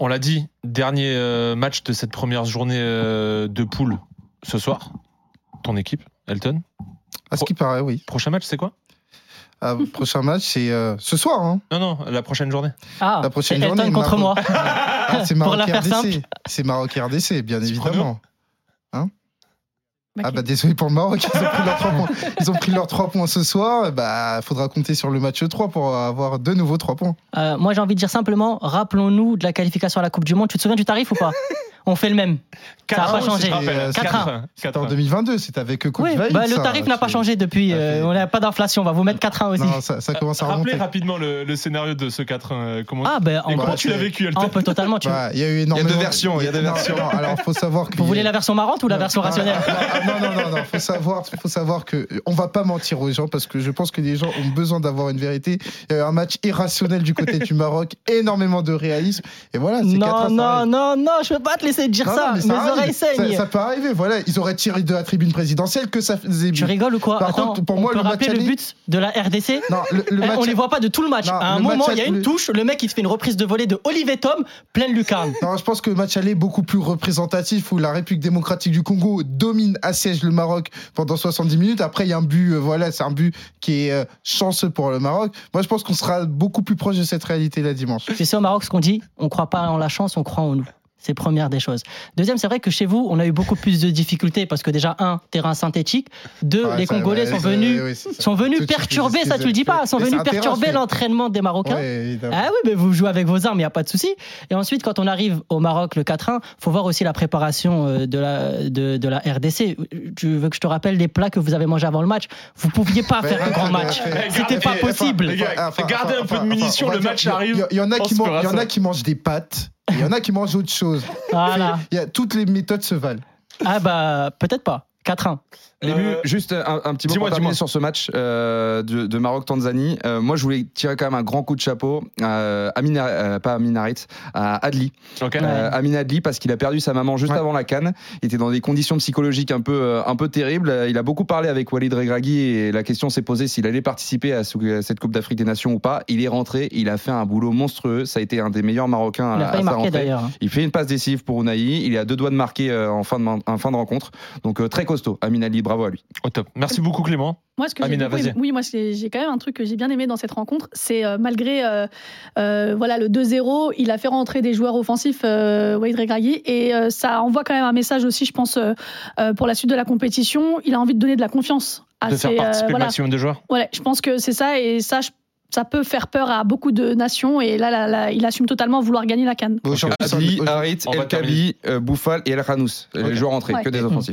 On l'a dit, dernier euh, match de cette première journée euh, de poule ce soir. Ton équipe, Elton. À ce qui paraît, oui. Prochain match, c'est quoi Ah, prochain match, c'est euh, ce soir. Hein. Non, non, la prochaine journée. Ah, La prochaine Elton journée, contre moi. Maroc. Ah, c'est Pour Maroc la faire RDC. C'est Maroc RDC, bien C'est évidemment. Ah Bah, bah désolé pour le Maroc, ils ont pris leurs 3 points. Ils ont pris leurs trois points ce soir. Bah faudra compter sur le match 3 pour avoir de nouveau 3 points. Euh, moi, j'ai envie de dire simplement, rappelons-nous de la qualification à la Coupe du Monde. Tu te souviens du tarif ou pas On fait le même. Ça n'a Quatre pas un, changé. Euh, je te rappelle. Quatre Quatre un. C'était Quatre en un. 2022, c'était avec euh, Coach Oui, Veit, bah, le ça, tarif n'a pas qui- changé depuis. Ça euh, fait- on n'a pas d'inflation. On va vous mettre 4-1 aussi. Non, ça, ça commence à Rappelez remonter. rapidement le, le scénario de ce 4-1. Comment, Ah, ben, et on, comment bah, tu l'as c'est- vécu, ah, on Elton peut totalement. tu- Bah, il y a eu énormément. deux versions, il y a deux Non, versions. non, alors faut savoir que. Vous voulez la version marrante ou la Non, version non, rationnelle Non, non, non, non, non, faut savoir, faut savoir que on va pas mentir aux gens parce que je pense que les gens ont besoin d'avoir une vérité. Il y a eu un match irrationnel du côté du Maroc, énormément de réalisme, et voilà. Ah, c'est Non, 4 non, non, non, je peux pas te laisser dire ça. Mes arrive. oreilles saignent. Ça, ça peut arriver, voilà. Ils auraient tiré de la tribune présidentielle que ça faisait Tu bien. rigoles ou quoi Par Attends, contre, pour moi, on peut le match rappeler le aller- but de la RDC Non, le, le Eh, match. on les voit pas de tout le match. Non, à un le moment, match il y a a- une le- touche, le mec il se fait une reprise de volée de Olivier Tom, pleine lucarne. Non, je pense que le match aller est beaucoup plus représentatif où la République démocratique du Congo domine, assiège le Maroc pendant 70 minutes. Après, il y a un but, euh, voilà, c'est un but qui est euh, chanceux pour le Maroc. Moi, je pense qu'on sera beaucoup plus proche de cette réalité là dimanche. Tu sais, au Maroc, ce qu'on dit, on croit pas en la chance, on croit en nous. C'est première des choses. Deuxième, c'est vrai que chez vous, on a eu beaucoup plus de difficultés parce que déjà, un, terrain synthétique. Deux, Ouais, les ça, Congolais ouais, sont ça, venus, ouais, ouais, c'est ça. sont venus Tout de suite, perturber, ils ça tu le dis disent, pas, sont mais venus c'est un terrain, perturber c'est- l'entraînement des Marocains. Ouais, évidemment. Ah oui, mais vous jouez avec vos armes, il n'y a pas de souci. Et ensuite, quand on arrive au Maroc le 4-1, faut voir aussi la préparation euh, de la, de, de la RDC. Tu veux que je te rappelle les plats que vous avez mangés avant le match Vous pouviez pas Ouais, faire un ouais, grand ouais, match. ouais, ouais. C'était pas Regardez, possible. les gars, euh, Enfin, gardez enfin, un peu de enfin, munitions, on va le dire, match il y a- arrive. Il y, en a on qui se mangent- fera il y en ça. a qui mangent des pâtes, et il y en a qui mangent autre chose. Voilà. Il y a toutes les méthodes se valent. Ah bah, peut-être pas. 4-1. Les Euh, Mu, juste un, un petit mot dis-moi, pour terminer dis-moi. sur ce match euh, de, de Maroc-Tanzanie. Euh, moi, je voulais tirer quand même un grand coup de chapeau à Amina, euh, pas à Minarit, à Adli. Ok. Ouais. Euh, Amin Adli, parce qu'il a perdu sa maman juste Ouais. avant la canne. Il était dans des conditions psychologiques un peu, euh, un peu terribles. Euh, Il a beaucoup parlé avec Walid Regragui et la question s'est posée s'il allait participer à, ce- à cette Coupe d'Afrique des Nations ou pas. Il est rentré, il a fait un boulot monstrueux. Ça a été un des meilleurs Marocains On à, Ah, a à failli sa marquer rentrée. d'ailleurs. Il fait une passe décisive pour Unai. Il est à deux doigts de marquer euh, en, fin de, man- en fin de rencontre. Donc euh, très costaud, Amin Adli. Bravo à lui. Au top. Merci beaucoup, Clément. Moi, ce que j'ai Amina, beaucoup aimé- Ah, vas-y. oui, moi, j'ai j'ai quand même un truc que j'ai bien aimé dans cette rencontre, c'est euh, malgré euh, euh, voilà le 2-0, il a fait rentrer des joueurs offensifs, euh, Wade Regragui, et euh, ça envoie quand même un message aussi, je pense, euh, euh, pour la suite de la compétition. Il a envie de donner de la confiance à de ses faire euh, participer le voilà. maximum de joueurs. Ouais, je pense que c'est ça, et ça, je- ça peut faire peur à beaucoup de nations, et là, là, là, il assume totalement vouloir gagner la canne. Aujourd'hui, Adli, aujourd'hui- Harit, on va El Kabi, euh, Boufal et El Hanous. Ok. Mhm. Les joueurs rentrés, Ouais. que des offensifs.